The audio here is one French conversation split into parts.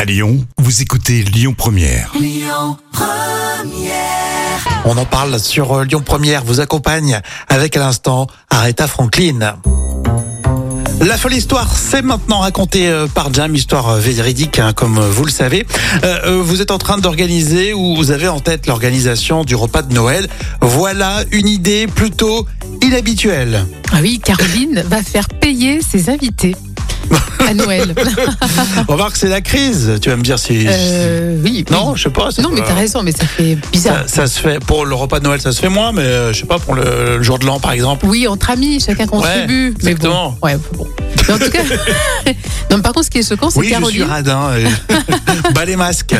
À Lyon, vous écoutez Lyon Première. On en parle sur euh, Lyon Première, vous accompagne avec à l'instant Aretha Franklin. La folle histoire, c'est maintenant racontée euh, par Jam, histoire euh, véridique, hein, comme euh, vous le savez. Euh, euh, vous êtes en train d'organiser ou vous avez en tête l'organisation du repas de Noël. Voilà une idée plutôt inhabituelle. Ah oui, Caroline va faire payer ses invités à Noël. Remarque, c'est la crise. Tu vas me dire si... Ah. Euh, oui. oui. Non, je sais pas. c'est Non, mais pas- t'as raison, mais ça fait bizarre. Ça, ça se fait pour le repas de Noël, ça se fait moins, mais euh, je sais pas pour le, le jour de l'an par exemple. Oui, entre amis, chacun contribue. mais Euh, exactement. bon. Ouais, bon. Mais en tout cas, non, mais par contre, ce qui est choquant, c'est Oui, je suis Caroline. radin. euh, Bas les masques.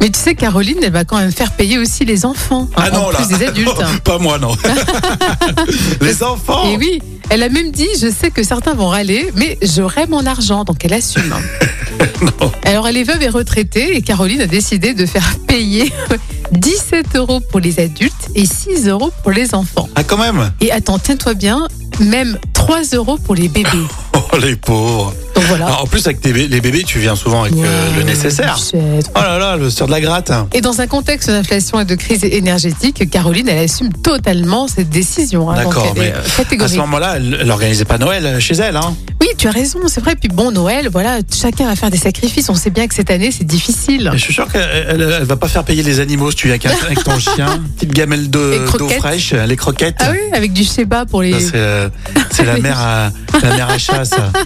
Mais tu sais, Caroline, elle va quand même faire payer aussi les enfants. hein, Ah non, en là. plus des adultes. hein. Pas moi, non. les enfants. Et oui, elle a même dit, je sais que certains vont râler, mais j'aurai mon argent, donc elle assume. Alors elle est veuve et retraitée, et Caroline a décidé de faire payer 17 euros pour les adultes et 6 euros pour les enfants. Ah, quand même. Et attends, tiens-toi bien, même 3 euros pour les bébés. Oh, les pauvres. Donc voilà. Ah, en plus, avec tes bé- les bébés, tu viens souvent avec euh, Ouais, le nécessaire. chouette. Oh là là, le sur de la gratte. Et dans un contexte d'inflation et de crise énergétique, Caroline, elle assume totalement cette décision. hein. Donc, D'accord, elle est, mais euh, À ce catégorique. moment-là, elle elle organisait pas Noël chez elle. Hein. Oui, tu as raison, c'est vrai. Puis bon, Noël, voilà, chacun va faire des sacrifices. On sait bien que cette année, c'est difficile. Je suis sûr qu'elle elle- elle va pas faire payer les animaux si tu viens avec, un- avec ton chien. Petite gamelle Les de- d'eau croquettes. fraîche, euh, les croquettes. Ah oui, avec du sheba pour les. Ça, c'est euh, c'est la mère à la mère à chat, ça. Bah,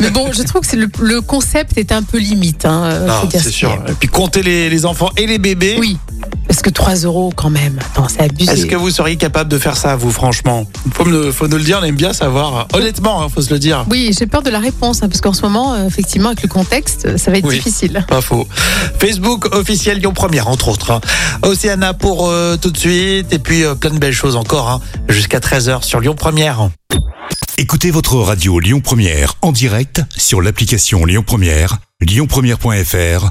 Mais bon, je trouve que c'est le, le concept est un peu limite. Hein, euh, faut Non, dire Ah, c'est ce sûr. qu'il Et puis compter les, les enfants et les bébés. y a. Oui, parce que 3 euros quand même. Attends, c'est abusé. Est-ce que vous seriez capable de faire ça, vous, franchement faut, me- faut nous le dire, on aime bien savoir. Honnêtement, hein, faut se le dire. Oui, j'ai peur de la réponse, hein, parce qu'en ce moment, euh, effectivement, avec le contexte, ça va être Oui. difficile. Pas faux. Facebook officiel Lyon Première, entre autres. hein. Océana pour euh, tout de suite, et puis euh, plein de belles choses encore, hein, jusqu'à 13h sur Lyon Première. Écoutez votre radio Lyon Première en direct sur l'application Lyon Première, lyonpremière.fr